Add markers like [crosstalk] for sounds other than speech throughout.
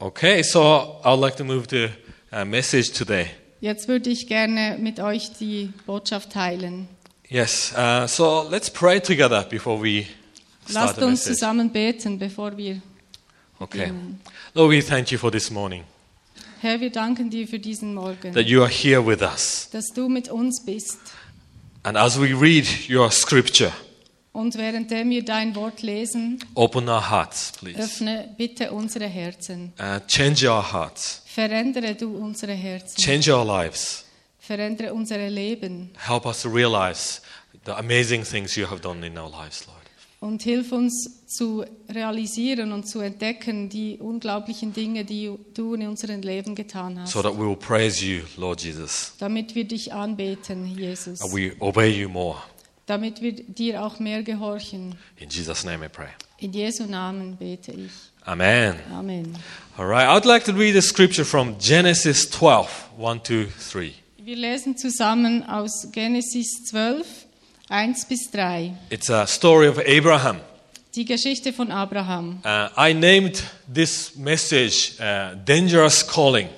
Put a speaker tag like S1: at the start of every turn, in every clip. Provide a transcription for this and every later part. S1: Okay, so I'd like to move to a message today.
S2: Jetzt würde ich gerne mit euch die Botschaft teilen.
S1: Yes, uh, so let's pray together before we start
S2: Lasst
S1: the
S2: uns
S1: message.
S2: zusammen beten, bevor wir.
S1: Okay. Lord, we thank you for this morning,
S2: Herr, wir danken dir für diesen Morgen,
S1: that you are here with us.
S2: dass du mit uns bist.
S1: And as we read your scripture,
S2: Und währenddem wir dein Wort lesen,
S1: open our hearts, please.
S2: öffne bitte unsere Herzen.
S1: Uh, change our hearts,
S2: Verändere du unsere Herzen.
S1: change our lives.
S2: Verändere unsere Leben.
S1: Help us to realize the amazing things you have done in our lives, Lord.
S2: Und hilf uns zu realisieren und zu entdecken die unglaublichen Dinge, die du in unserem Leben getan hast.
S1: So that we will praise you, Lord Jesus,
S2: Damit wir dich anbeten, Jesus.
S1: and we obey you more.
S2: Damit wir dir auch mehr gehorchen.
S1: In Jesus' name I pray.
S2: In Jesu Namen bete ich.
S1: Amen.
S2: Amen.
S1: All right, I'd like to read a scripture from Genesis 12, 1 to 3.
S2: Wir lesen zusammen aus Genesis 12, 1 bis 3.
S1: It's a story of Abraham.
S2: Die Geschichte von Abraham.
S1: Uh, I named this message uh, Dangerous Calling.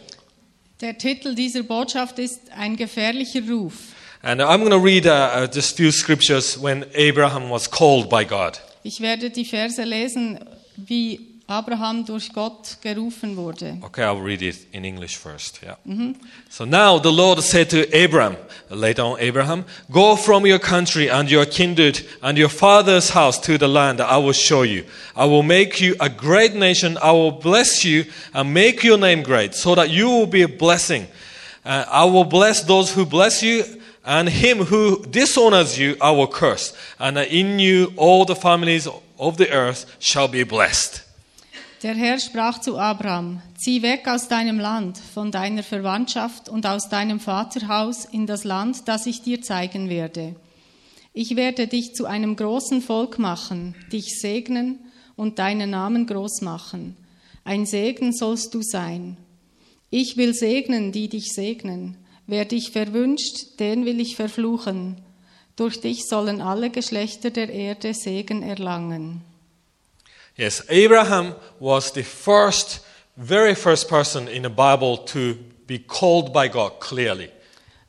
S2: Der Titel dieser Botschaft ist Ein gefährlicher Ruf.
S1: And I'm going to read uh, uh, just few scriptures when Abraham was called by God.
S2: Ich werde die Verse lesen, wie Abraham durch Gott gerufen wurde.
S1: Okay, I'll read it in English first. Yeah. Mm-hmm. So now the Lord said to Abram, later on Abraham, go from your country and your kindred and your father's house to the land I will show you. I will make you a great nation. I will bless you and make your name great so that you will be a blessing. Uh, I will bless those who bless you and him who dishonors you I will curse. And in you all the families of the earth shall be blessed.
S2: Der Herr sprach zu Abraham, zieh weg aus deinem Land, von deiner Verwandtschaft und aus deinem Vaterhaus in das Land, das ich dir zeigen werde. Ich werde dich zu einem großen Volk machen, dich segnen und deinen Namen groß machen. Ein Segen sollst du sein. Ich will segnen, die dich segnen. Wer dich verwünscht, den will ich verfluchen. Durch dich sollen alle Geschlechter der Erde Segen erlangen.
S1: Yes, Abraham was the first, very first person in the Bible to be called by God clearly.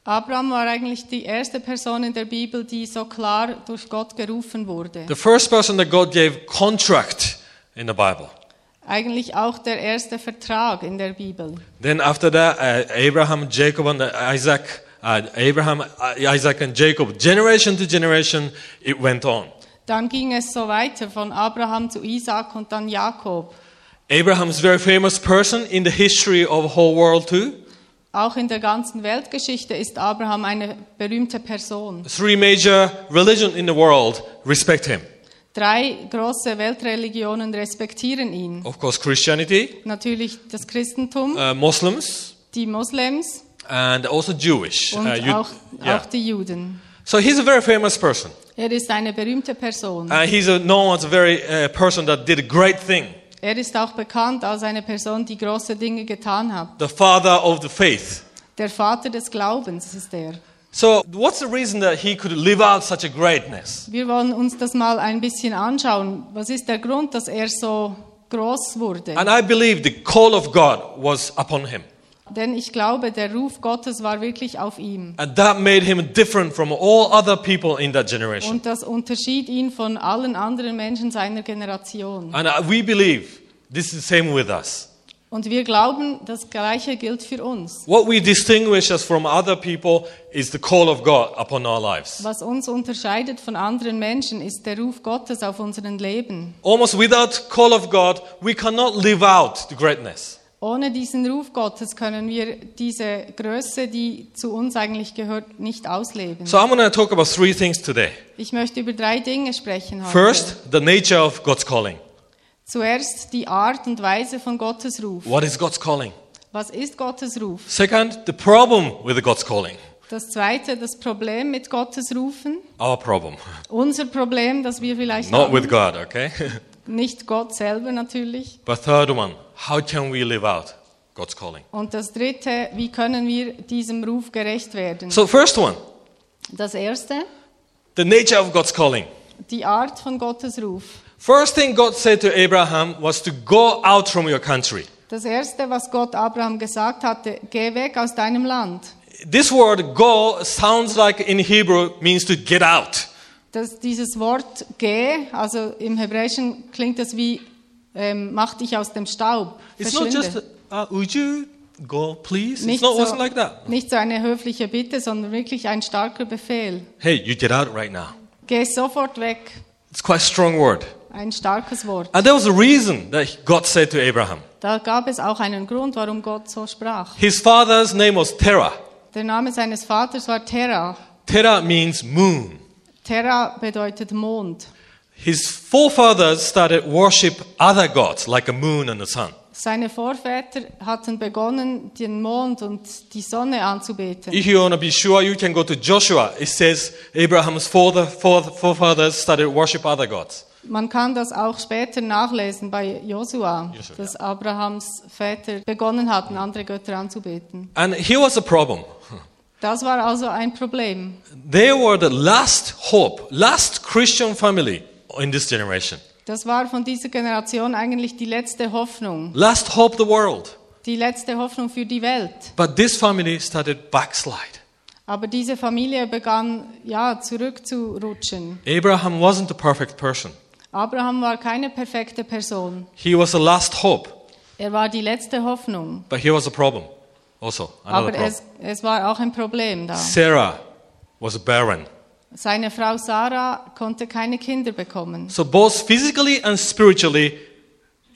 S2: Abraham war eigentlich die erste Person in der Bibel, die so klar durch Gott gerufen wurde.
S1: The first person that God gave contract in the Bible.
S2: Eigentlich auch der erste Vertrag in der Bibel.
S1: Then after that, uh, Abraham, Jacob, and Isaac, uh, Abraham, uh, Isaac, and Jacob, generation to generation, it went on.
S2: Dann ging es so weiter von Abraham zu Isaac und dann Jakob.
S1: Abraham's very famous person in the history of whole world too.
S2: Auch in der ganzen Weltgeschichte ist Abraham eine berühmte Person.
S1: Three major religion in the world respect him.
S2: Drei große Weltreligionen respektieren ihn.
S1: Of course, Christianity,
S2: Natürlich das Christentum,
S1: uh, Muslims,
S2: die Moslems
S1: and also Jewish.
S2: und
S1: Uh, you-
S2: auch,
S1: yeah.
S2: auch die Juden.
S1: So he's a very famous person.
S2: Er ist eine berühmte Person.
S1: Uh, he's a, known as a very uh, person that did a great thing,
S2: Er ist auch bekannt als eine Person, die große Dinge getan hat.
S1: the father of the faith.
S2: Der Vater des Glaubens ist er.
S1: So what's the reason that he could live out such a greatness?
S2: Wir wollen uns das mal ein bisschen anschauen. Was ist der Grund, dass er so groß wurde?
S1: And I believe the call of God was upon him.
S2: Denn ich glaube, der Ruf Gottes war wirklich auf ihm.
S1: And that made him different from all other people in that generation.
S2: Und das unterschied ihn von allen anderen Menschen seiner Generation.
S1: And uh, we believe this is the same with us.
S2: Und wir glauben, das Gleiche gilt für uns.
S1: What we distinguish us from other people is the call of God upon our lives.
S2: Was uns unterscheidet von anderen Menschen, ist der Ruf Gottes auf unseren Leben.
S1: Almost without call of God, we cannot live out the greatness.
S2: Ohne diesen Ruf Gottes können wir diese Größe, die zu uns eigentlich gehört, nicht ausleben.
S1: So I'm going to talk about three things today.
S2: Ich möchte über drei Dinge sprechen heute.
S1: First, the nature of God's calling.
S2: Zuerst die Art und Weise von Gottes Ruf.
S1: What is God's calling?
S2: Was ist Gottes Ruf?
S1: Second, the problem with God's calling.
S2: Das zweite, das Problem mit Gottes Rufen.
S1: Our problem, [laughs]
S2: Unser Problem, das wir vielleicht
S1: not
S2: haben.
S1: with God, okay? [laughs]
S2: nicht Gott selber natürlich.
S1: but third one, how can we live out God's calling?
S2: Und das dritte, wie können wir diesem Ruf gerecht werden?
S1: So first one,
S2: Das erste,
S1: the nature of God's calling.
S2: die Art von Gottes Ruf.
S1: First thing God said to Abraham was to go out from your country.
S2: Das erste, was Gott Abraham gesagt hatte, geh weg aus deinem Land.
S1: This word go sounds like in Hebrew means to get out.
S2: Das, dieses Wort geh, also im Hebräischen klingt das wie ähm, mach dich aus dem Staub.
S1: It's not just,
S2: Verschwinde.
S1: uh, would you go please? It's
S2: Nicht
S1: not,
S2: so,
S1: wasn't like that.
S2: nicht so eine höfliche Bitte, sondern wirklich ein starker Befehl.
S1: Hey, you get out right now.
S2: Geh sofort weg.
S1: It's quite a strong word.
S2: Ein starkes Wort.
S1: And there was a reason that God said to Abraham.
S2: Da gab es auch einen Grund, warum Gott so sprach.
S1: His father's name was Terah.
S2: Der Name seines Vaters war Terra.
S1: Terah means moon.
S2: Terra bedeutet Mond.
S1: His forefathers started worship other gods like a moon and the sun.
S2: Seine Vorväter hatten begonnen, den Mond und die Sonne anzubeten.
S1: If you want to be sure, you can go to Joshua. It says Abraham's father, forth- forefathers started worship other gods.
S2: Man kann das auch später nachlesen bei Josua,
S1: Josua,
S2: dass Abrahams Väter begonnen hatten, andere Götter anzubeten.
S1: And here was a problem.
S2: Das war also ein Problem.
S1: They were the last hope, last Christian family in this generation.
S2: Das war von dieser Generation eigentlich die letzte Hoffnung,
S1: Last hope the world.
S2: die letzte Hoffnung für die Welt.
S1: But this family started backslide.
S2: Aber diese Familie begann ja zurückzurutschen.
S1: Abraham wasn't the perfect person.
S2: Abraham war keine perfekte Person.
S1: He was the last hope.
S2: Er war die letzte Hoffnung.
S1: But here was a problem. Also, another
S2: Aber
S1: problem.
S2: es, es war auch ein Problem da.
S1: Sarah was barren.
S2: Seine Frau Sarah konnte keine Kinder bekommen.
S1: So both physically and spiritually,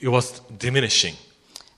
S1: it was diminishing.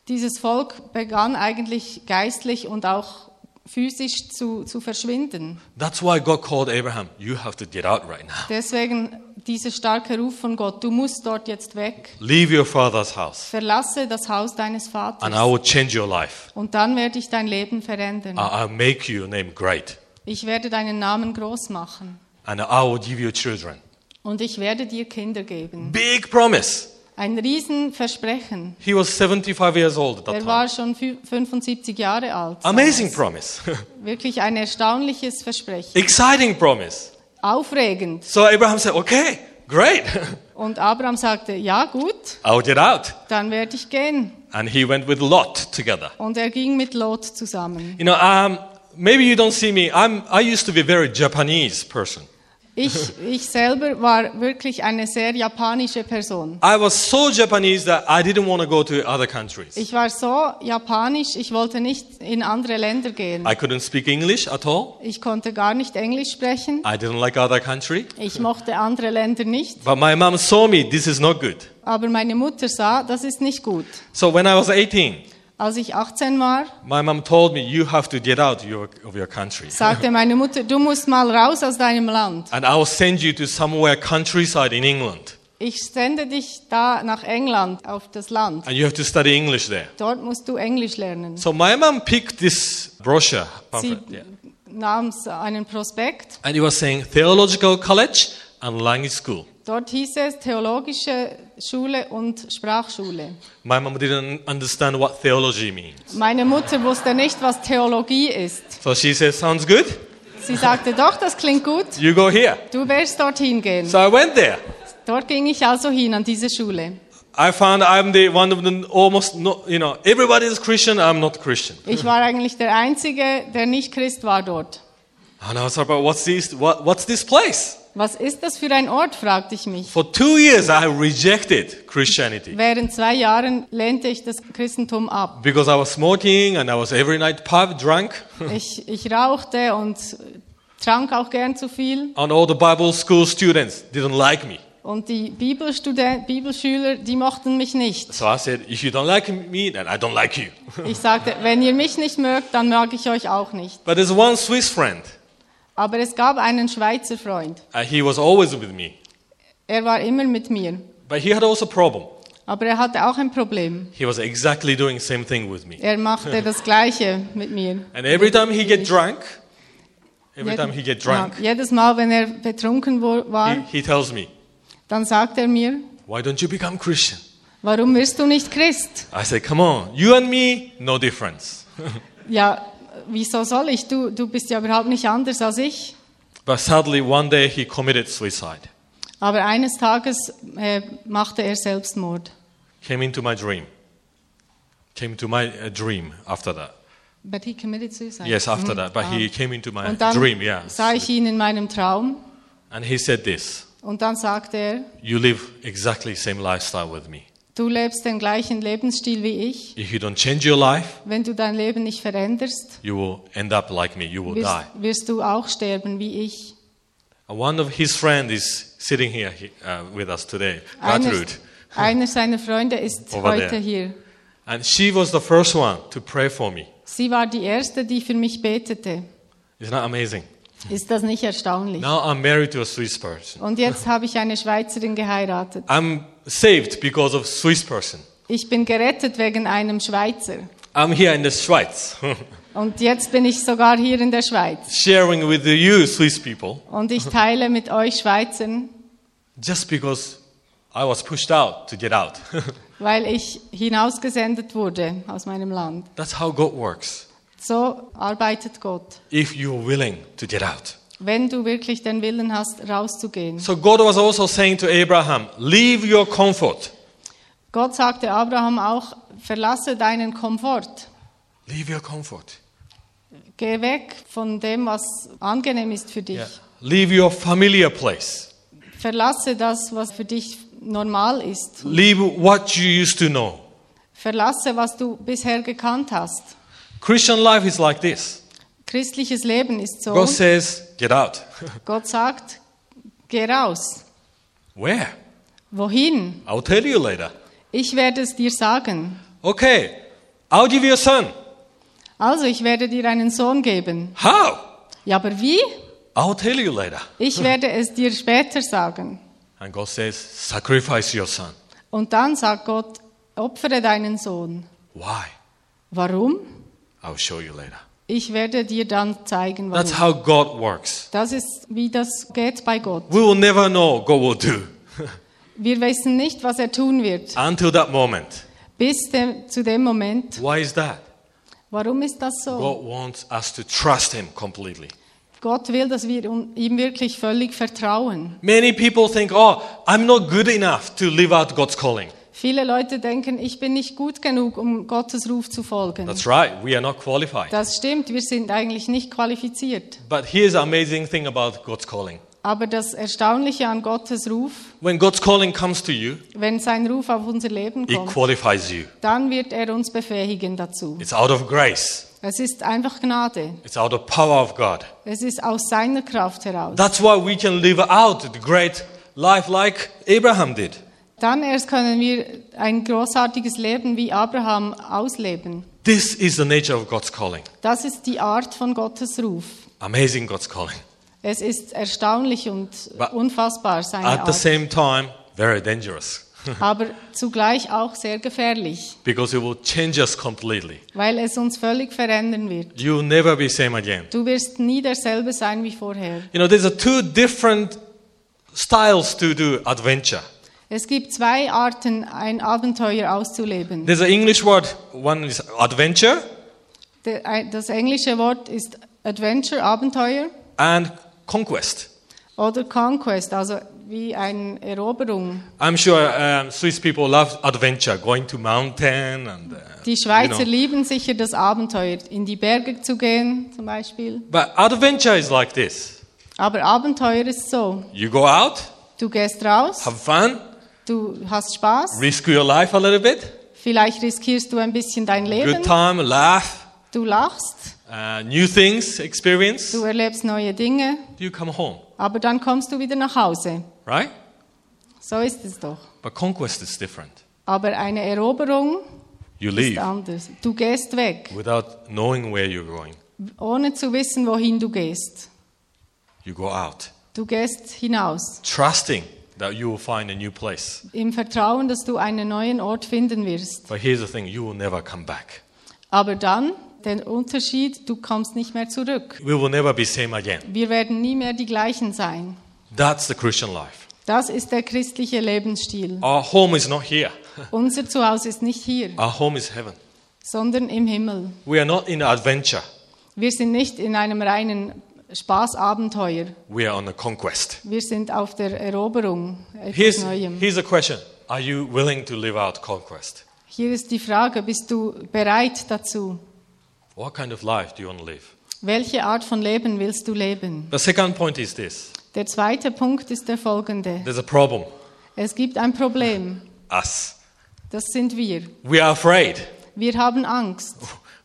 S2: Dieses Volk begann eigentlich geistlich und auch physisch zu, zu verschwinden.
S1: That's why God called Abraham, you have to get out right now.
S2: Deswegen dieser starke Ruf von Gott, du musst dort jetzt weg.
S1: Leave your father's house,
S2: Verlasse das Haus deines
S1: and I
S2: Vaters
S1: will change your life.
S2: und dann werde ich dein Leben verändern.
S1: I- I'll make you name great,
S2: Ich werde deinen Namen groß machen
S1: and I will give you children.
S2: und ich werde dir Kinder geben.
S1: Big promise.
S2: Ein Riesenversprechen.
S1: He was 75 years old at that
S2: Er
S1: time.
S2: war schon fü- 75 Jahre alt.
S1: Amazing promise. [laughs]
S2: Wirklich ein erstaunliches Versprechen.
S1: Exciting promise.
S2: Aufregend.
S1: So Abraham said, okay, great. [laughs]
S2: Und Abraham sagte, ja gut,
S1: I'll get out.
S2: dann werde ich gehen.
S1: And he went with Lot together.
S2: Und er ging mit Lot zusammen.
S1: You know, um, maybe you don't see me. I'm, I used to be a very Japanese person.
S2: Ich, ich selber war wirklich eine sehr japanische Person.
S1: I was so Japanese that I didn't want to go to other countries.
S2: Ich war so japanisch, ich wollte nicht in andere Länder gehen.
S1: I couldn't speak English at all.
S2: Ich konnte gar nicht Englisch sprechen.
S1: I didn't like other country.
S2: Ich mochte andere Länder nicht.
S1: But my mom saw me. This is not good.
S2: Aber meine Mutter sah, das ist nicht gut.
S1: So when I was 18,
S2: Als ich 18 war,
S1: my mom told me, "You have to get out your, of your country,
S2: sagte meine Mutter, du musst mal raus aus deinem Land.
S1: and I will send you to somewhere countryside in England,
S2: Ich sende dich da nach England auf das Land.
S1: and you have to study English there."
S2: Dort musst du Englisch lernen.
S1: So my mom picked this brochure,
S2: Sie
S1: pamphlet, yeah.
S2: nahm s- einen Prospekt.
S1: and it was saying theological college and language school.
S2: Dort hieß es theologische Schule und Sprachschule.
S1: My mom didn't understand what theology means.
S2: Meine Mutter wusste nicht, was Theologie ist.
S1: So she said, Sounds good.
S2: Sie sagte, doch, das klingt gut.
S1: You go here.
S2: Du wirst dorthin gehen.
S1: So I went there.
S2: Dort ging ich also hin an diese Schule.
S1: I found I'm the one of the almost, no, you know, everybody is Christian, I'm not Christian.
S2: Ich war eigentlich der Einzige, der nicht Christ war dort.
S1: And I was like, "But what's this, what, what's this place?
S2: Was ist das für ein Ort, fragte ich mich.
S1: For two years, I rejected Christianity
S2: Während zwei Jahren lehnte ich das
S1: [laughs]
S2: Christentum ab.
S1: because I was smoking and I was every night pub drunk.
S2: Ich, ich rauchte und trank auch gern zu viel.
S1: And all the Bible school students didn't like me.
S2: Und die Bibelstuden Bibelschüler, die mochten mich nicht.
S1: So I said, If you don't like me, then I don't like you. [laughs]
S2: Ich sagte, wenn ihr mich nicht mögt, dann mag ich euch auch nicht.
S1: But there's one Swiss friend,
S2: Aber es gab einen Schweizer Freund.
S1: and he was always with me.
S2: Er war immer mit mir.
S1: But he had also a problem.
S2: Aber er hatte auch ein Problem.
S1: He was exactly doing the same thing with me.
S2: Er
S1: [laughs]
S2: machte das Gleiche mit mir.
S1: And every time he get drunk, every time he get
S2: Jeden-
S1: drunk,
S2: Ja, jedes Mal, wenn er betrunken wo-
S1: he,
S2: war,
S1: he tells me,
S2: dann sagt er mir,
S1: "Why don't you become Christian?"
S2: warum wirst du nicht Christ?
S1: I say, "Come on, you and me, no difference."
S2: Ja, wieso soll ich? Du, du bist ja überhaupt nicht anders als ich.
S1: But sadly, one day he committed suicide.
S2: Aber eines Tages äh, machte er Selbstmord.
S1: Came into my dream. came to my uh, dream after that.
S2: But he committed suicide.
S1: Yes, after
S2: Mhm.
S1: that. But he
S2: Ah.
S1: came into my
S2: Und dann
S1: dream, yeah.
S2: sah ich ihn in meinem Traum
S1: And he said this
S2: und dann sagte er,
S1: You live exactly same lifestyle with me.
S2: du lebst den gleichen Lebensstil wie ich.
S1: If you don't change your life,
S2: Wenn du dein Leben nicht veränderst,
S1: you will end up like me. You will die.
S2: wirst, wirst du auch sterben wie ich.
S1: And one of his friends is sitting here he- uh, with us today,
S2: Einer,
S1: Gertrude.
S2: einer seiner Freunde ist
S1: Over
S2: heute
S1: there.
S2: hier.
S1: And she was the first one to pray for me.
S2: Sie war die Erste, die für mich betete.
S1: Isn't that amazing?
S2: Ist das nicht erstaunlich?
S1: Now I'm married to a Swiss person.
S2: Und jetzt habe ich eine Schweizerin geheiratet.
S1: I'm saved because of Swiss person.
S2: Ich bin gerettet wegen einem Schweizer.
S1: I'm here in the Schweiz, [laughs]
S2: Und jetzt bin ich sogar hier in der Schweiz.
S1: sharing with you Swiss people,
S2: Und ich teile mit euch Schweizern,
S1: just because I was pushed out to get out. [laughs]
S2: weil ich hinausgesendet wurde aus meinem Land.
S1: That's how God works.
S2: So arbeitet Gott,
S1: If you're willing to get out.
S2: wenn du wirklich den Willen hast, rauszugehen.
S1: So God was also saying to Abraham, leave your comfort.
S2: Gott sagte Abraham auch, verlasse deinen Komfort.
S1: Leave your comfort.
S2: Geh weg von dem, was angenehm ist für dich.
S1: Yeah. Leave your familiar place.
S2: Verlasse das, was für dich normal ist.
S1: Leave what you used to know.
S2: Verlasse, was du bisher gekannt hast.
S1: Christian life is like this.
S2: Christliches Leben ist so.
S1: God says, get out. [laughs]
S2: Gott sagt, geh raus.
S1: Where?
S2: Wohin?
S1: I'll tell you later.
S2: Ich werde es dir sagen.
S1: Okay, I'll give you a son.
S2: Also, ich werde dir einen Sohn geben.
S1: How?
S2: Ja, aber wie?
S1: I'll tell you later.
S2: Ich werde es dir später sagen.
S1: And God says, sacrifice your son.
S2: Und dann sagt Gott, opfere deinen Sohn.
S1: Why?
S2: Warum?
S1: I'll show you later.
S2: Ich werde dir dann zeigen,
S1: That's
S2: warum.
S1: how God works.
S2: Das ist, wie das geht bei Gott.
S1: We will never know God will do
S2: Wir wissen nicht, was er tun wird,
S1: until that moment.
S2: bis de zu dem Moment.
S1: Why is that?
S2: Warum ist das so?
S1: God wants us to trust Him completely.
S2: Gott will, dass wir un- ihm wirklich völlig vertrauen.
S1: Many people think, oh, I'm not good enough to live out God's calling.
S2: Viele Leute denken, ich bin nicht gut genug, um Gottes Ruf zu folgen.
S1: That's right, we are not qualified.
S2: Das stimmt, wir sind eigentlich nicht qualifiziert.
S1: But here's the amazing thing about God's calling.
S2: Aber das Erstaunliche an Gottes Ruf,
S1: When God's calling comes to you,
S2: wenn sein Ruf auf unser Leben
S1: it
S2: kommt,
S1: qualifies you.
S2: dann wird er uns befähigen dazu.
S1: It's out of grace,
S2: Es ist einfach Gnade.
S1: it's out of power of God.
S2: Es ist aus seiner Kraft heraus.
S1: That's why we can live out the great life like Abraham did.
S2: Dann erst können wir ein großartiges Leben wie Abraham ausleben.
S1: This is the nature of God's calling.
S2: Das ist die Art von Gottes Ruf.
S1: Amazing God's calling.
S2: Es ist erstaunlich und
S1: Wa- Ah,
S2: unfassbar seine
S1: At the
S2: Art,
S1: same time, very dangerous
S2: aber zugleich auch sehr gefährlich,
S1: because it will change us completely.
S2: weil es uns völlig verändern wird.
S1: You'll never be same again.
S2: Du wirst nie derselbe sein wie vorher.
S1: You know, there's a two different styles to do adventure.
S2: Es gibt zwei Arten, ein Abenteuer auszuleben.
S1: There's an English word, one is adventure
S2: Der- ein- Das englische Wort ist Adventure, Abenteuer
S1: and conquest.
S2: oder Conquest, also wie eine Eroberung.
S1: I'm sure um, Swiss people love adventure, going to mountain and. Uh,
S2: Die Schweizer
S1: you know.
S2: lieben sicher das Abenteuer, in die Berge zu gehen zum Beispiel.
S1: But adventure is like this:
S2: Aber Abenteuer ist so.
S1: you go out,
S2: Du gehst raus,
S1: have fun,
S2: du hast Spaß,
S1: risk your life a little bit,
S2: vielleicht riskierst du ein bisschen dein
S1: good
S2: Leben,
S1: time, laugh,
S2: du lachst,
S1: uh, new things, experience.
S2: du erlebst neue Dinge,
S1: You come home,
S2: aber dann kommst du wieder nach Hause.
S1: right?
S2: So ist es doch.
S1: But conquest is different.
S2: Aber eine Eroberung
S1: You
S2: ist
S1: leave
S2: anders. Du gehst weg,
S1: without knowing where you're going.
S2: ohne zu wissen, wohin du gehst.
S1: You go out.
S2: Du gehst hinaus,
S1: trusting that you will find a new place.
S2: im Vertrauen, dass du einen neuen Ort finden wirst.
S1: But here's the thing you will never come back.
S2: Aber dann, den Unterschied, du kommst nicht mehr zurück.
S1: We will never be same again.
S2: Wir werden nie mehr die gleichen sein.
S1: That's the Christian life.
S2: Das ist der christliche Lebensstil.
S1: Our home is not here.
S2: Unser Zuhause ist nicht hier,
S1: Our home is heaven.
S2: sondern im Himmel.
S1: We are not in adventure.
S2: Wir sind nicht in einem reinen Spaßabenteuer.
S1: We are on a conquest.
S2: Wir sind auf der Eroberung etwas
S1: Here's,
S2: Neuem.
S1: here's a question. Are you willing to live out conquest?
S2: Hier ist die Frage, bist du bereit dazu?
S1: What kind of life do you want to live?
S2: Welche Art von Leben willst du leben?
S1: The second point is this
S2: Der zweite Punkt ist der folgende.
S1: there's a problem.
S2: Es gibt ein Problem.
S1: Us.
S2: Das sind wir.
S1: We are afraid.
S2: Wir haben Angst.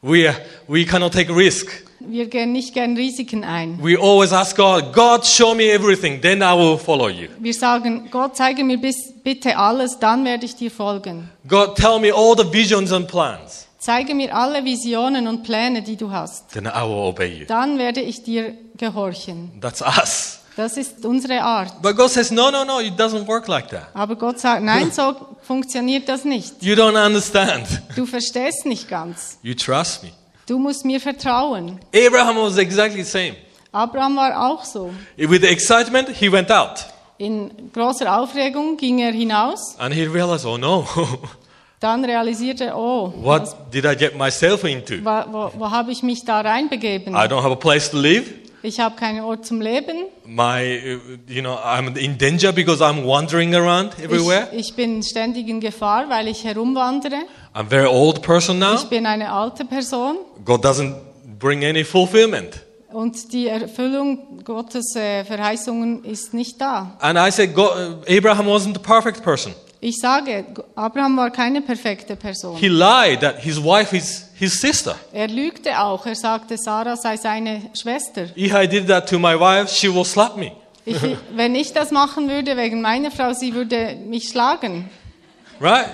S1: We, are, we cannot take risk.
S2: Wir gehen nicht gern Risiken ein.
S1: We always ask God, God, show me everything, then I will follow you.
S2: Wir sagen, Gott, zeige mir bis, bitte alles, dann werde ich dir folgen.
S1: God, tell me all the visions and plans,
S2: Zeige mir alle Visionen und Pläne, die du hast.
S1: then I will obey you.
S2: Dann werde ich dir gehorchen.
S1: That's us.
S2: Das ist unsere Art.
S1: But God says, no, no, no, it doesn't work like that.
S2: Aber Gott sagt, nein, so funktioniert das nicht.
S1: You don't understand.
S2: Du verstehst nicht ganz.
S1: You trust me.
S2: Du musst mir vertrauen.
S1: Abraham was exactly the same.
S2: Abraham war auch so.
S1: With the excitement, he went out
S2: In großer Aufregung ging er hinaus.
S1: and he realized, oh no, [laughs]
S2: Dann realisierte er, oh, was,
S1: what did I get myself into?
S2: wa- wo, wo habe ich mich da reinbegeben?
S1: I don't have a place to live.
S2: Ich habe keinen Ort zum Leben.
S1: My, uh, you know, I'm in danger because I'm wandering around everywhere.
S2: Ich, ich bin ständig in Gefahr, weil ich herumwandere.
S1: I'm a very old person
S2: Ich
S1: now.
S2: bin eine alte Person
S1: God doesn't bring any fulfillment.
S2: und die Erfüllung Gottes äh, Verheißungen ist nicht da.
S1: And I said, God, uh, Abraham wasn't the perfect person.
S2: Ich sage, G- Abraham war keine perfekte Person.
S1: He lied that his wife is his sister.
S2: Er lügte auch. Er sagte, Sarah sei seine Schwester.
S1: If I did that to my wife, she will slap me.
S2: Ich, wenn ich das machen würde wegen meiner Frau, sie würde mich schlagen.
S1: Right?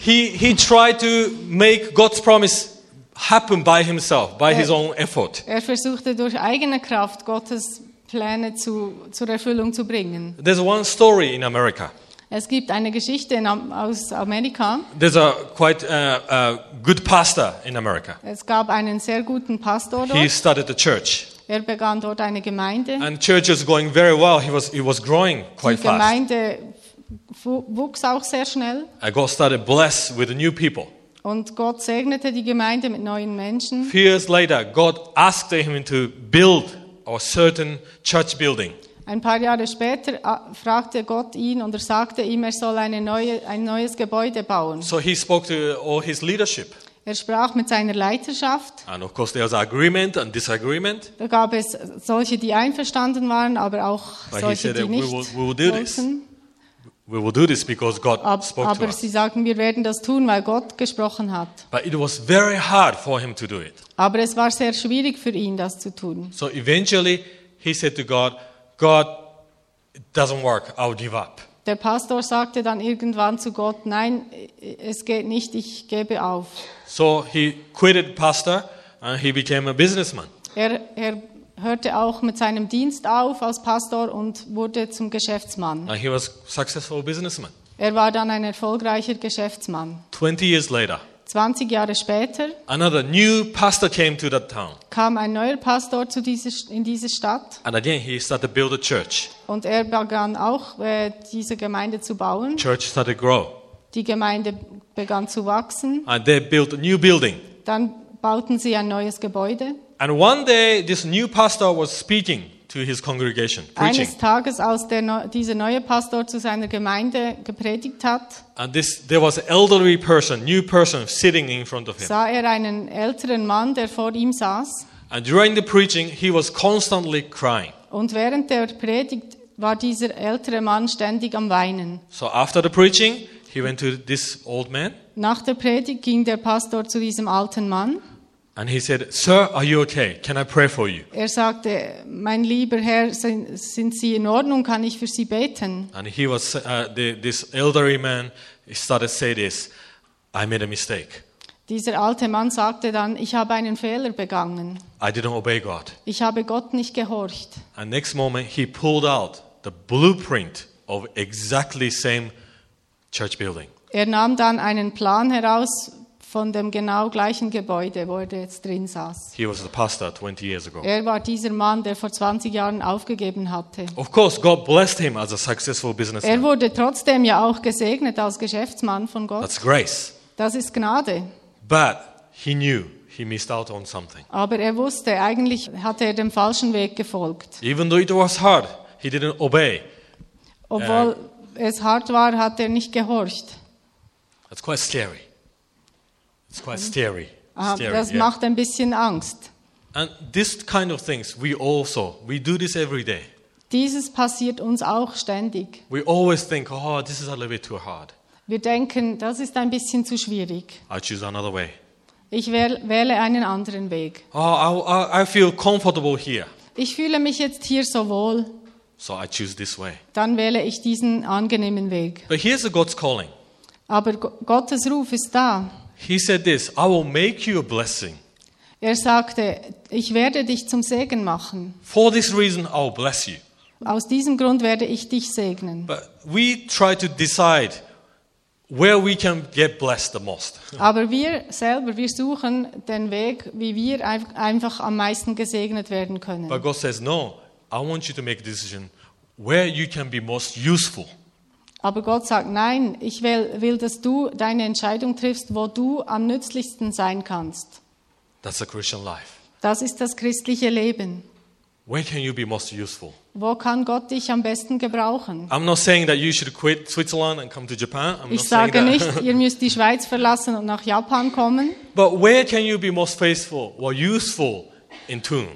S1: He, he tried to make God's promise happen by himself, by his own effort.
S2: Er versuchte durch eigene Kraft Gottes Pläne zu, zur Erfüllung zu bringen.
S1: There's one story in America.
S2: Es gibt eine Geschichte in, Am- aus Amerika.
S1: There's a quite uh, uh, good pastor in America.
S2: Es gab einen sehr guten Pastor
S1: He
S2: dort.
S1: started a church,
S2: Er begann dort eine Gemeinde.
S1: and church was going very well. He was, he was growing
S2: Die
S1: quite fast.
S2: Gemeinde fu- wuchs auch sehr schnell
S1: And God started blessed with new people.
S2: und Gott segnete die Gemeinde mit neuen Menschen.
S1: Few years later, God asked him to build a certain church building.
S2: Ein paar Jahre später ah, fragte Gott ihn und er sagte ihm, er soll eine neue, ein neues Gebäude bauen.
S1: So he spoke to all his leadership.
S2: Er sprach mit seiner Leiterschaft.
S1: And of course, there was agreement and disagreement.
S2: Da gab es solche, die einverstanden waren, aber auch
S1: But he
S2: solche,
S1: said
S2: die
S1: that we
S2: nicht
S1: will- we will do this.
S2: wollten.
S1: We will do this because God
S2: Ab,
S1: spoke to
S2: aber
S1: us.
S2: sie sagten, wir werden das tun, weil Gott gesprochen hat.
S1: But it was very hard for him to do it.
S2: Aber es war sehr schwierig für ihn, das zu tun.
S1: So eventually, he said to God, God, it doesn't work. I'll give up.
S2: Der Pastor sagte dann irgendwann zu Gott, nein, es geht nicht, ich gebe auf.
S1: So he quitted pastor and he became a businessman.
S2: Er, er hörte auch mit seinem Dienst auf als Pastor und wurde zum Geschäftsmann.
S1: And he was successful businessman.
S2: Er war dann ein erfolgreicher Geschäftsmann.
S1: 20 years later,
S2: 20 Jahre später
S1: another new pastor came to that town.
S2: kam ein neuer Pastor zu dieser, in diese Stadt
S1: And again, he started to build a church.
S2: und er begann auch, äh, diese Gemeinde zu bauen.
S1: Church started to grow.
S2: Die Gemeinde begann zu wachsen.
S1: And they built a new building.
S2: Dann bauten sie ein neues Gebäude.
S1: And one day, this new pastor was speaking to his congregation, preaching.
S2: Eines Tages, als der, neu- dieser neue Pastor zu seiner Gemeinde gepredigt hat,
S1: And this, there was an elderly person, new person, sitting in front of him.
S2: sah er einen älteren Mann, der vor ihm saß.
S1: And during the preaching, he was constantly crying.
S2: Und während der Predigt war dieser ältere Mann ständig am Weinen.
S1: So after the preaching, he went to this old man
S2: Nach der Predigt ging der Pastor zu diesem alten Mann.
S1: and he said, Sir, are you okay? Can I pray for you?
S2: Er sagte, mein lieber Herr, sind, sind Sie in Ordnung? Kann ich für Sie beten?
S1: And he was, uh, the, this elderly man started to say this, I made a mistake.
S2: Dieser alte Mann sagte dann, ich habe einen Fehler begangen.
S1: I didn't obey God.
S2: Ich habe Gott nicht gehorcht.
S1: And next moment, he pulled out the blueprint of exactly same church building.
S2: Er nahm dann einen Plan heraus von dem genau gleichen Gebäude, wo er jetzt drin saß.
S1: He was the pastor 20 years ago.
S2: Er war dieser Mann, der vor 20 Jahren aufgegeben hatte.
S1: Of course, God blessed him as a successful
S2: Er
S1: businessman.
S2: wurde trotzdem ja auch gesegnet als Geschäftsmann von Gott.
S1: That's grace.
S2: Das ist Gnade.
S1: But he knew he missed out on something.
S2: Aber er wusste, eigentlich hatte er dem falschen Weg gefolgt.
S1: Even though it was hard, he didn't obey.
S2: Obwohl es hart war, hat er nicht gehorcht.
S1: That's quite scary. It's quite scary.
S2: Ah,
S1: Scary,
S2: das
S1: yeah.
S2: macht ein bisschen Angst.
S1: And this kind of things, we also, we do this every day.
S2: Dieses passiert uns auch ständig.
S1: We always think, oh, this is a little bit too hard.
S2: Wir denken, das ist ein bisschen zu schwierig.
S1: I choose another way.
S2: Ich wähl- wähle einen anderen Weg.
S1: Oh, I, I, I feel comfortable here,
S2: Ich fühle mich jetzt hier so wohl,
S1: so I choose this way.
S2: dann wähle ich diesen angenehmen Weg.
S1: But here's God's calling.
S2: Aber Go- Gottes Ruf ist da.
S1: He said this, I will make you a blessing.
S2: Er sagte, ich werde dich zum Segen machen.
S1: For this reason, I will bless you.
S2: Aus diesem Grund werde ich dich segnen.
S1: But we try to decide where we can get blessed the most.
S2: Aber wir selber, wir suchen den Weg, wie wir ein- einfach am meisten gesegnet werden können.
S1: But God says, no, I want you to make a decision where you can be most useful.
S2: Aber Gott sagt, nein, ich will, will, dass du deine Entscheidung triffst, wo du am nützlichsten sein kannst.
S1: That's a Christian life.
S2: Das ist das christliche Leben.
S1: Where can you be most useful?
S2: Wo kann Gott dich am besten gebrauchen?
S1: I'm not saying that you should quit Switzerland and come to Japan. I'm not
S2: Ich
S1: saying
S2: sage
S1: that.
S2: nicht, ihr müsst die Schweiz verlassen und nach Japan kommen,
S1: [laughs] But where can you be most faithful or useful in tune?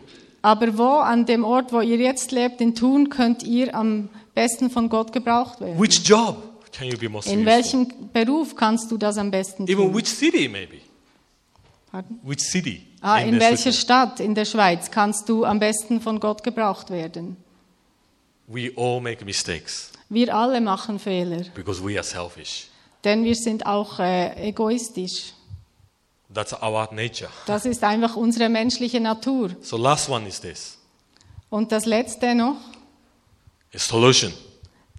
S2: aber wo an dem Ort, wo ihr jetzt lebt, in Thun, könnt ihr am besten von Gott gebraucht werden?
S1: Which job can you be most
S2: In
S1: useful?
S2: welchem Beruf kannst du das am besten
S1: Even
S2: tun?
S1: which city, maybe?
S2: Pardon?
S1: Which city?
S2: Ah, in
S1: the
S2: welcher
S1: city?
S2: Stadt in der Schweiz kannst du am besten von Gott gebraucht werden?
S1: We all make mistakes
S2: Wir alle machen Fehler.
S1: because we are selfish.
S2: Denn wir sind auch äh, egoistisch.
S1: That's our nature.
S2: Das ist einfach unsere menschliche Natur.
S1: So last one is this.
S2: Und das Letzte noch,
S1: A solution.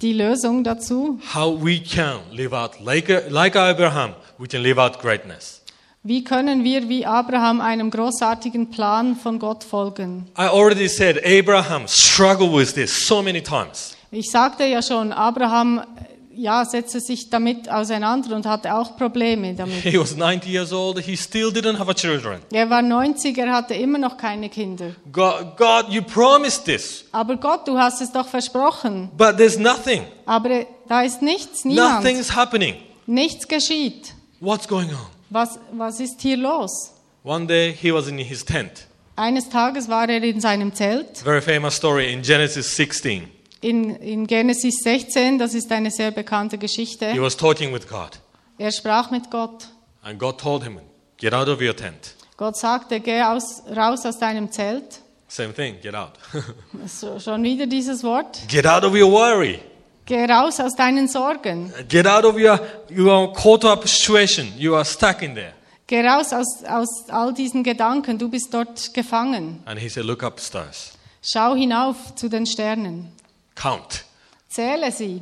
S2: die Lösung dazu.
S1: How we can live out like, like Abraham, we can live out greatness.
S2: Wie können wir wie Abraham einem großartigen Plan von Gott folgen?
S1: I already said Abraham struggled with this so many times. [laughs]
S2: Ich sagte ja schon, Abraham äh, ja, setzte sich damit auseinander und hatte auch Probleme damit.
S1: He was 90 years old, he still didn't have a children.
S2: Er war 90, er hatte immer noch keine Kinder.
S1: God, God, you promised this,
S2: Aber Gott, du hast es doch versprochen.
S1: but there's nothing.
S2: Aber äh, da ist nichts,
S1: Nothing
S2: niemand.
S1: is happening.
S2: Nichts geschieht.
S1: What's going on?
S2: Was, was ist hier los?
S1: One day he was in his tent.
S2: Eines Tages war er in seinem Zelt
S1: Very famous story in Genesis 16.
S2: in, in Genesis 16, das ist eine sehr bekannte
S1: He
S2: Geschichte.
S1: was talking with God,
S2: Er sprach mit Gott.
S1: and God told him, Get out of your tent.
S2: Gott sagte, geh aus, raus aus deinem Zelt.
S1: Same thing, get out. [laughs]
S2: So, schon wieder dieses Wort.
S1: get out of your worry.
S2: Geh raus aus deinen Sorgen.
S1: Get out of your, your caught up situation. You are stuck in there.
S2: Geh raus aus, aus all diesen Gedanken. Du bist dort gefangen.
S1: And he said, Look up stars.
S2: Schau hinauf zu den Sternen.
S1: Count.
S2: Zähle sie.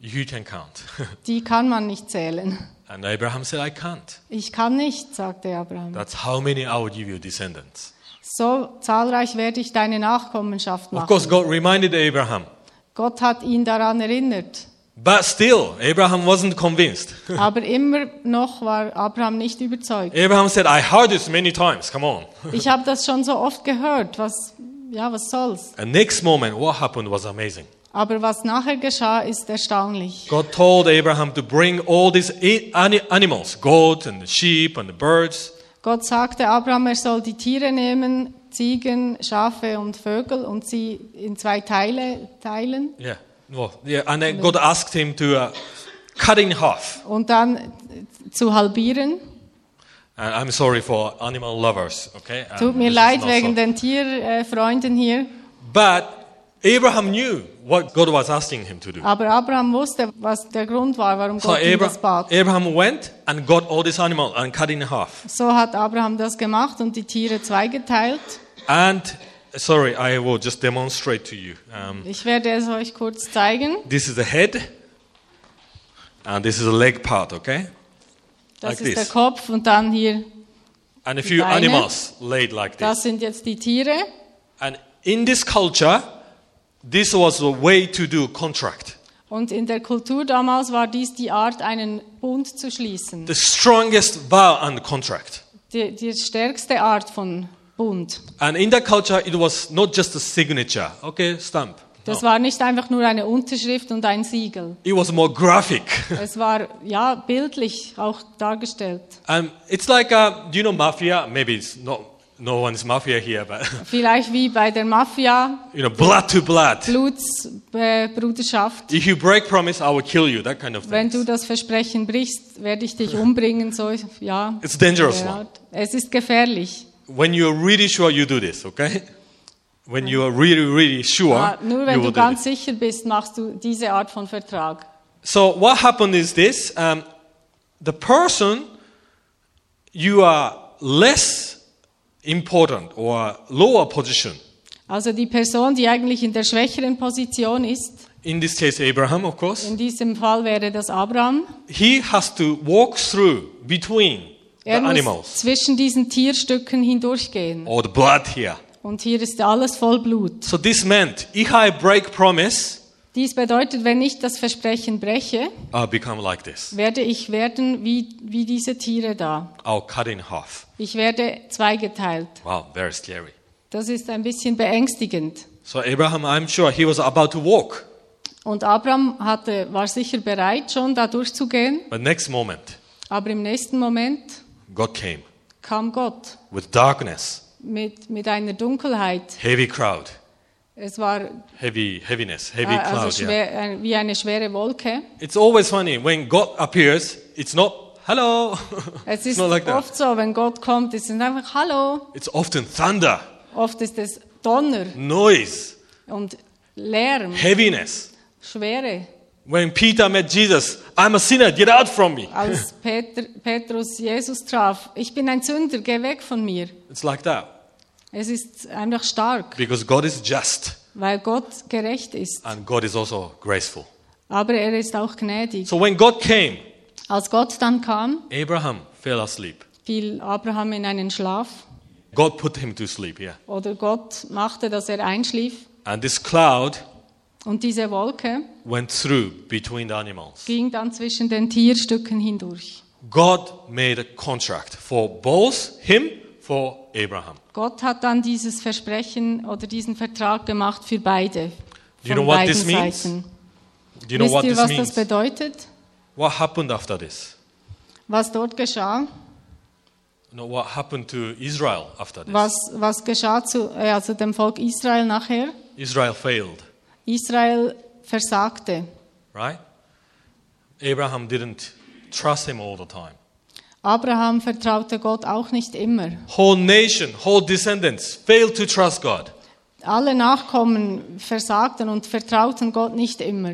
S1: You can count. [laughs]
S2: Die kann man nicht zählen.
S1: and Abraham said, I can't.
S2: Ich kann nicht, sagte Abraham.
S1: That's how many I will give you descendants.
S2: So zahlreich werde ich deine Nachkommenschaft
S1: Of
S2: machen.
S1: course, God reminded Abraham.
S2: Gott hat ihn daran erinnert.
S1: But still, Abraham wasn't convinced. [laughs]
S2: Aber immer noch war Abraham nicht überzeugt.
S1: Abraham said, I heard this many times, come on.
S2: Ich habe das schon so oft gehört, was, ja, was soll's.
S1: And next moment, what happened was amazing.
S2: Aber was nachher geschah, ist erstaunlich.
S1: God told Abraham to bring all these i- ani- animals, goats and the sheep and the birds,
S2: Gott sagte Abraham, er soll die Tiere nehmen, Ziegen, Schafe und Vögel und sie in zwei Teile teilen
S1: Yeah. Well, yeah. And then God asked him to uh, cut in half.
S2: und dann zu halbieren.
S1: And I'm sorry for animal lovers, okay? And
S2: Tut mir
S1: this is
S2: leid
S1: not
S2: wegen
S1: so-
S2: den Tierfreunden hier.
S1: But Abraham knew what God was asking him to do.
S2: Aber Abraham wusste, was der Grund war, warum
S1: So
S2: Gott ihn das
S1: Abra-
S2: bat.
S1: Abraham went and got all these animals and cut in half.
S2: So hat Abraham das gemacht und die Tiere zweigeteilt.
S1: And sorry, I will just demonstrate to you. Um,
S2: Ich werde es euch kurz zeigen.
S1: this is the head, and this is the leg part, okay? Like
S2: Das ist der
S1: this.
S2: Kopf und dann hier,
S1: And a few
S2: Beine.
S1: animals laid like this.
S2: das sind jetzt die Tiere.
S1: And in this culture, this was a way to do contract.
S2: Und in der Kultur damals war dies die Art, einen Bund zu schließen.
S1: The strongest vow and contract.
S2: Die, die stärkste Art von Bund.
S1: And in that culture, it was not just a signature, okay, stamp.
S2: Das war nicht einfach nur eine Unterschrift und
S1: [laughs]
S2: ein Siegel.
S1: It was more graphic. [laughs]
S2: Es war ja bildlich auch dargestellt.
S1: Um, it's like, uh, do you know mafia? Maybe it's not, no one is mafia here, but [laughs]
S2: Vielleicht wie bei der Mafia, äh,
S1: you know, blood to blood.
S2: Blutsbruderschaft.
S1: If you break promise, I will kill you. That kind of
S2: Wenn
S1: thing.
S2: du das Versprechen brichst, werde
S1: [laughs]
S2: ich dich umbringen. So, ja.
S1: It's dangerous
S2: Ja.
S1: one.
S2: Es ist gefährlich.
S1: When you're really sure you do this, okay? When you are really, really sure,
S2: Aber nur wenn
S1: you will
S2: Uh, du
S1: do this.
S2: ganz sicher bist, machst du diese Art von Vertrag.
S1: So what happened is this: um, the person you are less important or lower position.
S2: Also die Person, die eigentlich in der schwächeren Position ist,
S1: In this case, Abraham, of course.
S2: in diesem Fall wäre das Abraham,
S1: He has to walk through between the
S2: er muss
S1: animals Oh.
S2: zwischen diesen Tierstücken hindurchgehen.
S1: or the blood here.
S2: Und hier ist alles voll Blut.
S1: So this meant if I break promise,
S2: Dies bedeutet, wenn ich das Versprechen breche,
S1: I'll become like this.
S2: werde ich werden wie, wie diese Tiere da.
S1: I'll cut in half.
S2: Ich werde zweigeteilt.
S1: Wow, very scary.
S2: Das ist ein bisschen beängstigend.
S1: So Abraham, I'm sure he was about to walk,
S2: Und Abraham hatte, war sicher bereit, schon da durchzugehen,
S1: but next moment,
S2: aber im nächsten Moment
S1: God came
S2: kam Gott
S1: with darkness,
S2: mit, mit einer Dunkelheit.
S1: heavy crowd.
S2: Es war äh,
S1: heavy heaviness, heavy
S2: also
S1: cloud. yeah.
S2: schwer, äh, wie eine schwere Wolke.
S1: It's always funny when God appears. It's not hello. [laughs] it's
S2: Es ist
S1: not like that.
S2: oft so, wenn Gott kommt, ist es einfach Hallo.
S1: It's often thunder,
S2: Oft ist es Donner
S1: noise,
S2: und Lärm,
S1: heaviness.
S2: Schwere.
S1: When Peter met Jesus, I'm a sinner. Get out from me. [laughs]
S2: Als Peter, Petrus Jesus traf, ich bin ein Sünder, geh weg von mir.
S1: It's like that
S2: Es ist einfach stark,
S1: because God is just
S2: weil Gott gerecht ist.
S1: and God is also graceful.
S2: Aber er ist auch gnädig.
S1: So when God came,
S2: Als Gott dann kam,
S1: Abraham fell asleep.
S2: fiel Abraham in einen Schlaf
S1: God put him to sleep. Yeah,
S2: oder Gott machte, dass er einschlief.
S1: and this cloud
S2: Und diese Wolke
S1: went through between the animals.
S2: ging dann zwischen den Tierstücken hindurch.
S1: God made a contract for both him for Abraham.
S2: Gott hat dann dieses Versprechen oder diesen Vertrag gemacht für beide.
S1: You
S2: Von
S1: know what
S2: beiden
S1: this means?
S2: Seiten.
S1: Do you know
S2: Wisst
S1: what
S2: ihr,
S1: this
S2: was das
S1: means?
S2: bedeutet?
S1: What happened after this?
S2: Was dort geschah?
S1: No, what happened to Israel after this?
S2: Was, was geschah zu, äh, also dem Volk Israel nachher?
S1: Israel failed,
S2: Israel versagte.
S1: right? Abraham didn't trust him all the time.
S2: Abraham vertraute Gott auch nicht immer.
S1: Whole nation, whole descendants failed to trust God.
S2: Alle Nachkommen versagten und vertrauten Gott nicht immer.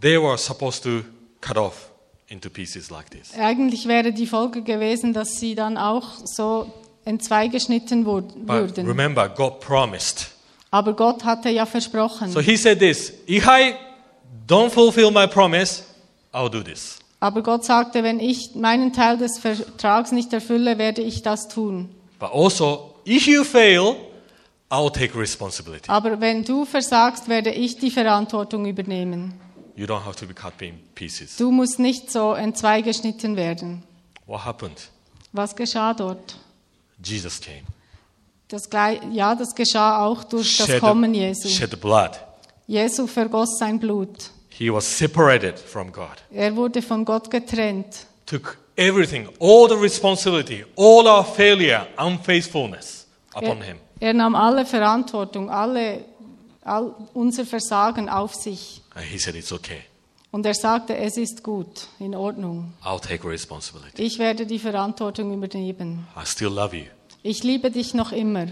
S1: They were supposed to cut off into pieces like this.
S2: Eigentlich wäre die Folge gewesen, dass sie dann auch so entzweigeschnitten wur-
S1: But
S2: würden.
S1: remember, God promised.
S2: Aber Gott hatte ja versprochen.
S1: So he said this If I don't fulfill my promise, I'll do this.
S2: Aber Gott sagte, wenn ich meinen Teil des Vertrags nicht erfülle, werde ich das tun.
S1: But also, if you fail, I'll take responsibility.
S2: Aber wenn du versagst, werde ich die Verantwortung übernehmen.
S1: You don't have to be cut in pieces.
S2: Du musst nicht so entzweigeschnitten werden.
S1: What happened?
S2: Was geschah dort?
S1: Jesus came.
S2: Das gleich, ja, das geschah auch durch das
S1: Shed-
S2: Kommen Jesu.
S1: shed blood.
S2: Jesu vergoss sein Blut.
S1: He was separated from God.
S2: Er wurde von Gott getrennt.
S1: Took everything, all the responsibility, all our failure, unfaithfulness upon
S2: Er,
S1: him.
S2: er nahm alle Verantwortung, alle, all unser Versagen auf sich.
S1: And he said, It's okay.
S2: Und er sagte, es ist gut, in Ordnung.
S1: I'll take responsibility.
S2: Ich werde die Verantwortung übernehmen.
S1: I still love you.
S2: Ich liebe dich noch immer.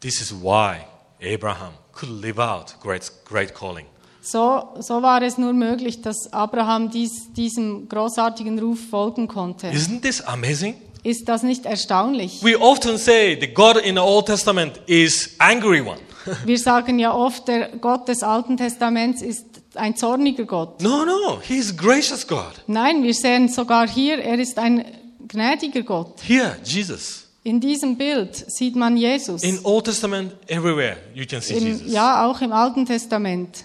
S1: This is why Abraham could live out great, great calling.
S2: So, so war es nur möglich, dass Abraham dies, diesem großartigen Ruf folgen konnte.
S1: Isn't this amazing?
S2: Ist das nicht erstaunlich?
S1: We often say the God in the Old Testament is angry one.
S2: Wir sagen ja oft, der Gott des Alten Testaments ist ein zorniger Gott.
S1: No, no, he's gracious God.
S2: Nein, wir sehen sogar hier, er ist ein gnädiger Gott.
S1: Here, Jesus.
S2: In diesem Bild sieht man Jesus.
S1: In Old Testament, everywhere you can see
S2: Im,
S1: Jesus.
S2: ja, auch im Alten Testament.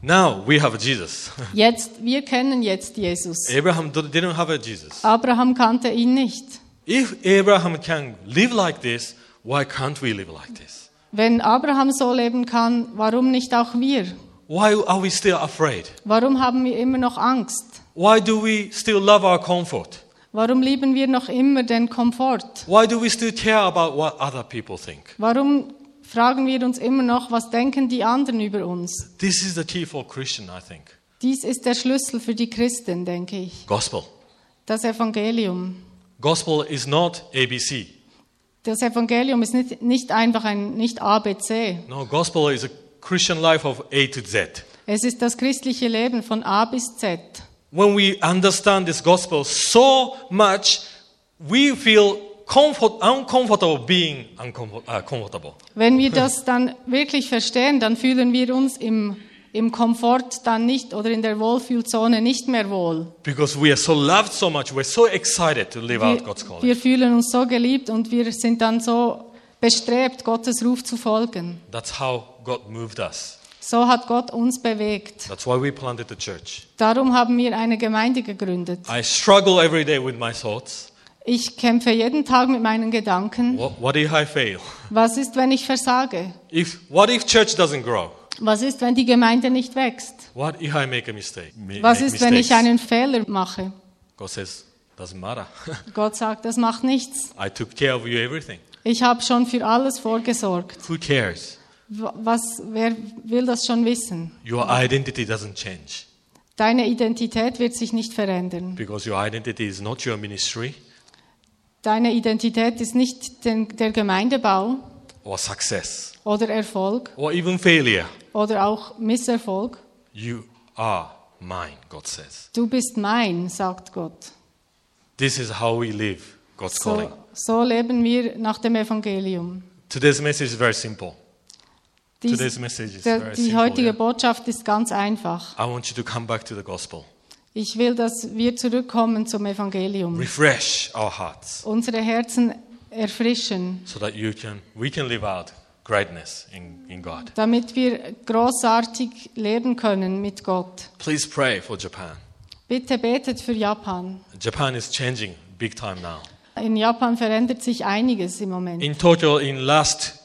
S1: Now we have Jesus. [laughs]
S2: Jetzt, wir kennen jetzt Jesus.
S1: Abraham d- didn't have a Jesus.
S2: Abraham kannte ihn nicht.
S1: If Abraham can live like this, why can't we live like this?
S2: Wenn Abraham so leben kann, warum nicht auch wir?
S1: Why are we still afraid?
S2: Warum haben wir immer noch Angst?
S1: Why do we still love our comfort?
S2: Warum lieben wir noch immer den Komfort?
S1: Why do we still care about what other people think?
S2: Warum fragen wir uns immer noch, was denken die anderen über uns?
S1: This is the key for Christian, I think.
S2: Dies ist der Schlüssel für die Christen, denke ich.
S1: Gospel.
S2: Das Evangelium.
S1: Gospel is not ABC.
S2: Das Evangelium ist nicht, nicht einfach ein nicht ABC.
S1: No, gospel is a Christian life of A to Z.
S2: Es ist das christliche Leben von A bis Z.
S1: When we understand this gospel so much, we feel comfort, uncomfortable being uncomfort, uh, comfortable.
S2: Wenn
S1: [laughs]
S2: wir das dann wirklich verstehen, dann fühlen wir uns im, im Komfort dann nicht oder in der Wohlfühlzone nicht mehr wohl.
S1: Because we are so loved so much, we're so excited to live out
S2: Wir,
S1: God's calling.
S2: wir fühlen uns so geliebt und wir sind dann so bestrebt, Gottes Ruf zu folgen.
S1: That's how God moved us.
S2: So hat Gott uns bewegt.
S1: That's why we planted the church.
S2: Darum haben wir eine Gemeinde gegründet.
S1: I struggle every day with my thoughts.
S2: Ich kämpfe jeden Tag mit meinen Gedanken.
S1: What, what if I fail?
S2: Was ist, wenn ich versage?
S1: If, what if church doesn't grow?
S2: Was ist, wenn die Gemeinde nicht wächst?
S1: What if I make a mistake? Ma-
S2: Was
S1: make
S2: ist, wenn ich
S1: mistakes?
S2: einen Fehler mache?
S1: God says, doesn't matter. [laughs]
S2: Gott sagt, das macht nichts.
S1: I took care of you everything.
S2: Ich habe schon für alles vorgesorgt.
S1: Who cares?
S2: W- Was, wer will das schon wissen?
S1: Your identity doesn't change
S2: Deine Identität wird sich nicht verändern.
S1: because your identity is not your ministry
S2: Deine Identität ist nicht den, der Gemeindebau
S1: or success
S2: oder Erfolg
S1: or even failure.
S2: oder auch Misserfolg.
S1: You are mine, God says.
S2: Du bist mein, sagt Gott.
S1: This is how we live God's
S2: So,
S1: calling.
S2: so leben wir nach dem Evangelium.
S1: Today's message is very simple.
S2: Dies-
S1: Today's message is
S2: der,
S1: very
S2: die
S1: simple, yeah.
S2: heutige Botschaft ist ganz einfach.
S1: I want you to come back to the gospel.
S2: Ich will, dass wir zurückkommen zum Evangelium.
S1: Refresh our hearts
S2: Unsere Herzen erfrischen,
S1: so that you can we can live out greatness in, in God.
S2: damit wir großartig leben können mit Gott.
S1: Please pray for Japan.
S2: Bitte betet für Japan.
S1: Japan is changing big time now.
S2: In Japan verändert sich einiges im Moment.
S1: In total in last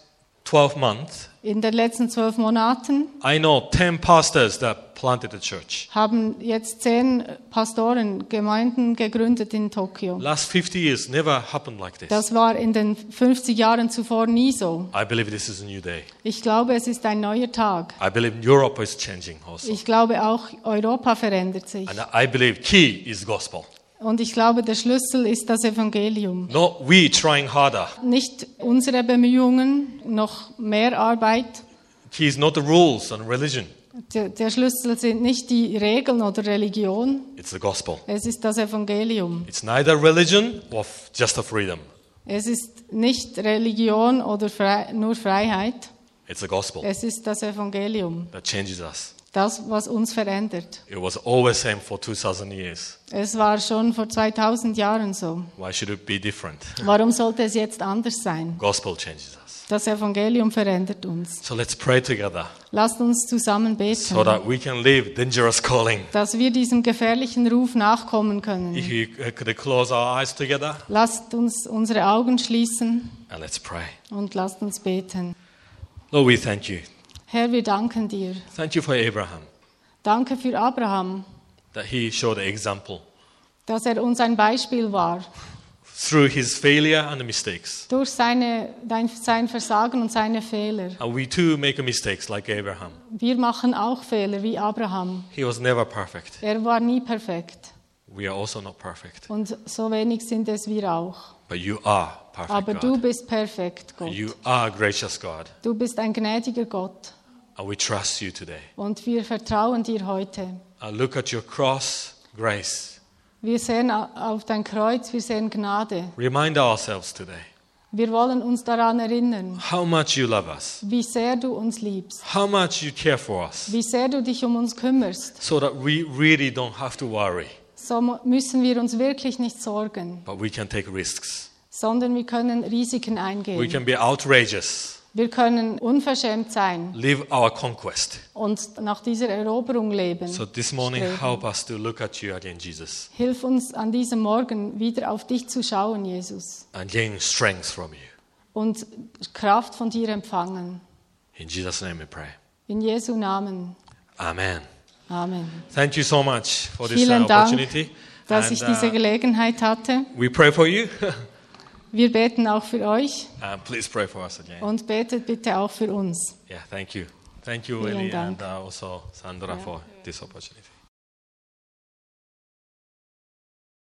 S1: 12 months,
S2: In den letzten zwölf Monaten
S1: I know 10 pastors that planted a church.
S2: haben jetzt zehn Pastoren Gemeinden gegründet in Tokio.
S1: Last 50 years never happened like this.
S2: Das war in den 50 Jahren zuvor nie so.
S1: I believe this is a new day.
S2: Ich glaube, es ist ein neuer Tag.
S1: I believe Europe is changing also.
S2: Ich glaube, auch Europa verändert sich.
S1: And I believe key is gospel.
S2: Und ich glaube, der Schlüssel ist das Evangelium.
S1: Not we trying harder.
S2: Nicht unsere Bemühungen, noch mehr Arbeit.
S1: Key is not the rules and religion.
S2: Der, der Schlüssel sind nicht die Regeln oder Religion,
S1: It's the gospel.
S2: es ist das Evangelium.
S1: It's neither religion or f- just a freedom.
S2: Es ist nicht Religion oder frei, nur Freiheit,
S1: It's the gospel
S2: es ist das Evangelium,
S1: that changes us.
S2: das, was uns verändert.
S1: It was always same for 2,000 years.
S2: Es war schon vor 2000 Jahren so.
S1: Why should it be different?
S2: Warum sollte es jetzt anders sein?
S1: Gospel changes us.
S2: Das Evangelium verändert uns.
S1: So let's pray together
S2: Lasst uns zusammen
S1: so
S2: beten,
S1: that we can live dangerous calling.
S2: dass wir diesem gefährlichen Ruf nachkommen können.
S1: If you uh, could close our eyes together
S2: Lasst uns unsere Augen schließen
S1: and let's pray.
S2: und lasst uns beten.
S1: Lord, we thank you.
S2: Herr, wir danken dir.
S1: Thank you for Abraham
S2: Danke für Abraham,
S1: that he showed an example
S2: dass er uns ein Beispiel war.
S1: through his failure and mistakes.
S2: Durch seine, dein, sein Versagen und seine Fehler.
S1: And we too make mistakes like Abraham.
S2: Wir machen auch Fehler wie Abraham.
S1: He was never perfect.
S2: Er war nie perfekt.
S1: We are also not perfect.
S2: Und so wenig sind es wir auch.
S1: But you are perfect.
S2: Aber
S1: God.
S2: du bist perfekt, Gott.
S1: You are gracious God,
S2: Du bist ein gnädiger Gott.
S1: and we trust you today.
S2: Und wir vertrauen dir heute.
S1: I look at your cross, grace.
S2: Wir sehen au- auf dein Kreuz, wir sehen Gnade.
S1: Remind ourselves today
S2: Wir wollen uns daran erinnern,
S1: how much you love us,
S2: wie sehr du uns liebst,
S1: how much you care for us,
S2: wie sehr du dich um uns kümmerst.
S1: so that we really don't have to worry,
S2: So mu- müssen wir uns wirklich nicht sorgen,
S1: but we can take risks.
S2: sondern wir können Risiken
S1: We
S2: eingehen.
S1: can be outrageous,
S2: Wir können unverschämt sein
S1: live our conquest.
S2: und nach dieser Eroberung leben.
S1: So this morning,
S2: Streben.
S1: help us to look at you again, Jesus,
S2: Hilf uns an diesem Morgen wieder auf dich zu schauen, Jesus,
S1: and gain strength from you.
S2: und Kraft von dir empfangen.
S1: In Jesus' name we pray.
S2: In Jesu Namen.
S1: Amen.
S2: Amen.
S1: Thank you so much for this uh,
S2: Vielen Dank,
S1: opportunity.
S2: dass
S1: And,
S2: ich diese
S1: uh,
S2: Gelegenheit hatte.
S1: we pray for you. [laughs]
S2: Wir beten auch für euch
S1: and please pray for us again.
S2: und betet bitte auch für uns.
S1: Yeah, thank you. Thank you,
S2: Vielen
S1: Eli, and
S2: Dank.
S1: uh, also Sandra for this opportunity.